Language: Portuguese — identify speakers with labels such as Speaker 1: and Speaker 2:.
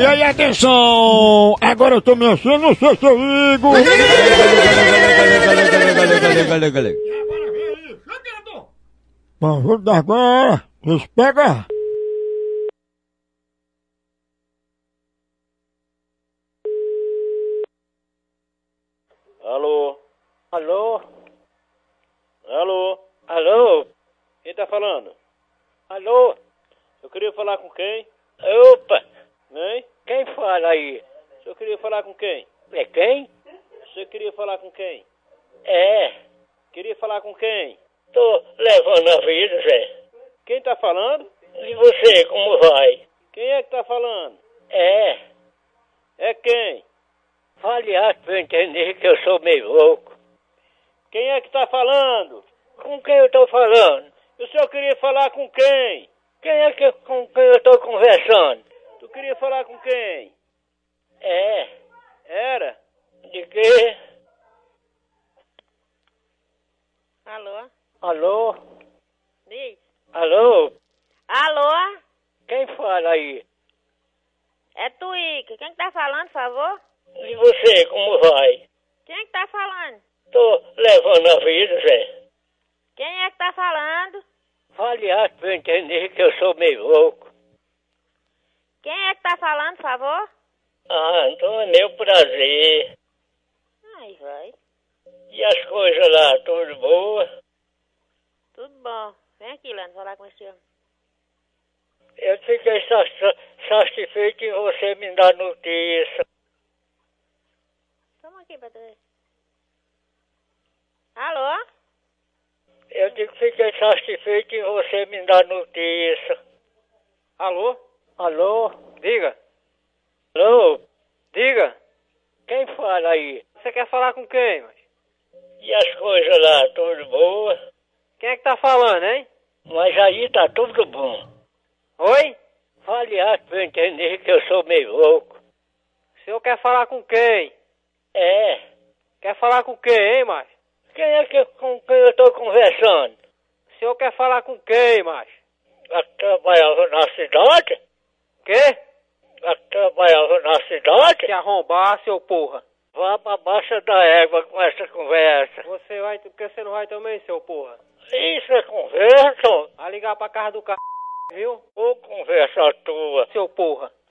Speaker 1: E aí, atenção! Agora eu tô me assim, não sei se eu ligo! Bom, vou dar agora, nos pega!
Speaker 2: Alô?
Speaker 3: Alô?
Speaker 2: Alô?
Speaker 3: Alô?
Speaker 2: Quem tá falando?
Speaker 3: Alô?
Speaker 2: Eu queria falar com quem?
Speaker 3: Opa!
Speaker 2: Hein?
Speaker 3: Quem fala aí?
Speaker 2: O senhor queria falar com quem?
Speaker 3: É quem?
Speaker 2: O senhor queria falar com quem?
Speaker 3: É.
Speaker 2: Queria falar com quem?
Speaker 3: Tô levando a vida, Zé.
Speaker 2: Quem tá falando?
Speaker 3: E você, como vai?
Speaker 2: Quem é que tá falando?
Speaker 3: É.
Speaker 2: É quem?
Speaker 3: Fale alto pra eu entender que eu sou meio louco.
Speaker 2: Quem é que tá falando?
Speaker 3: Com quem eu tô falando?
Speaker 2: O senhor queria falar com quem?
Speaker 3: Quem é que, com quem eu tô conversando?
Speaker 2: Tu queria falar com quem?
Speaker 3: É.
Speaker 2: Era?
Speaker 3: De quê?
Speaker 4: Alô?
Speaker 3: Alô?
Speaker 4: Diz.
Speaker 3: Alô?
Speaker 4: Alô?
Speaker 3: Quem fala aí?
Speaker 4: É Tuíque. Quem que tá falando, por favor?
Speaker 3: E você, como vai?
Speaker 4: Quem que tá falando?
Speaker 3: Tô levando a vida, Zé.
Speaker 4: Quem é que tá falando?
Speaker 3: Fale alto pra eu entender que eu sou meio louco.
Speaker 4: Quem é que tá falando, por favor?
Speaker 3: Ah, então é meu prazer.
Speaker 4: Ai, vai.
Speaker 3: E as coisas lá, tudo boa?
Speaker 4: Tudo bom. Vem aqui, Leandro, falar com esse homem.
Speaker 3: Eu fiquei sa- sa- satisfeito em você me dar notícia.
Speaker 4: Toma aqui pra tu ver. Alô?
Speaker 3: Eu digo, fiquei satisfeito em você me dar notícia.
Speaker 2: Alô?
Speaker 3: Alô?
Speaker 2: Diga.
Speaker 3: Alô?
Speaker 2: Diga.
Speaker 3: Quem fala aí?
Speaker 2: Você quer falar com quem, mas?
Speaker 3: E as coisas lá, tudo boa?
Speaker 2: Quem é que tá falando, hein?
Speaker 3: Mas aí tá tudo bom.
Speaker 2: Oi?
Speaker 3: Fale alto pra eu entender que eu sou meio louco.
Speaker 2: O senhor quer falar com quem?
Speaker 3: É.
Speaker 2: Quer falar com quem, hein, macho?
Speaker 3: Quem é que, com quem eu tô conversando?
Speaker 2: O senhor quer falar com quem, macho?
Speaker 3: A que trabalhava na cidade?
Speaker 2: Quê?
Speaker 3: A que trabalhava na
Speaker 2: Se
Speaker 3: cidade?
Speaker 2: arrombar, seu porra.
Speaker 3: Vá pra baixa da égua com essa conversa.
Speaker 2: Você vai, porque você não vai também, seu porra.
Speaker 3: Isso é conversa
Speaker 2: Vai ligar pra casa do c... viu?
Speaker 3: ou conversa tua?
Speaker 2: Seu porra.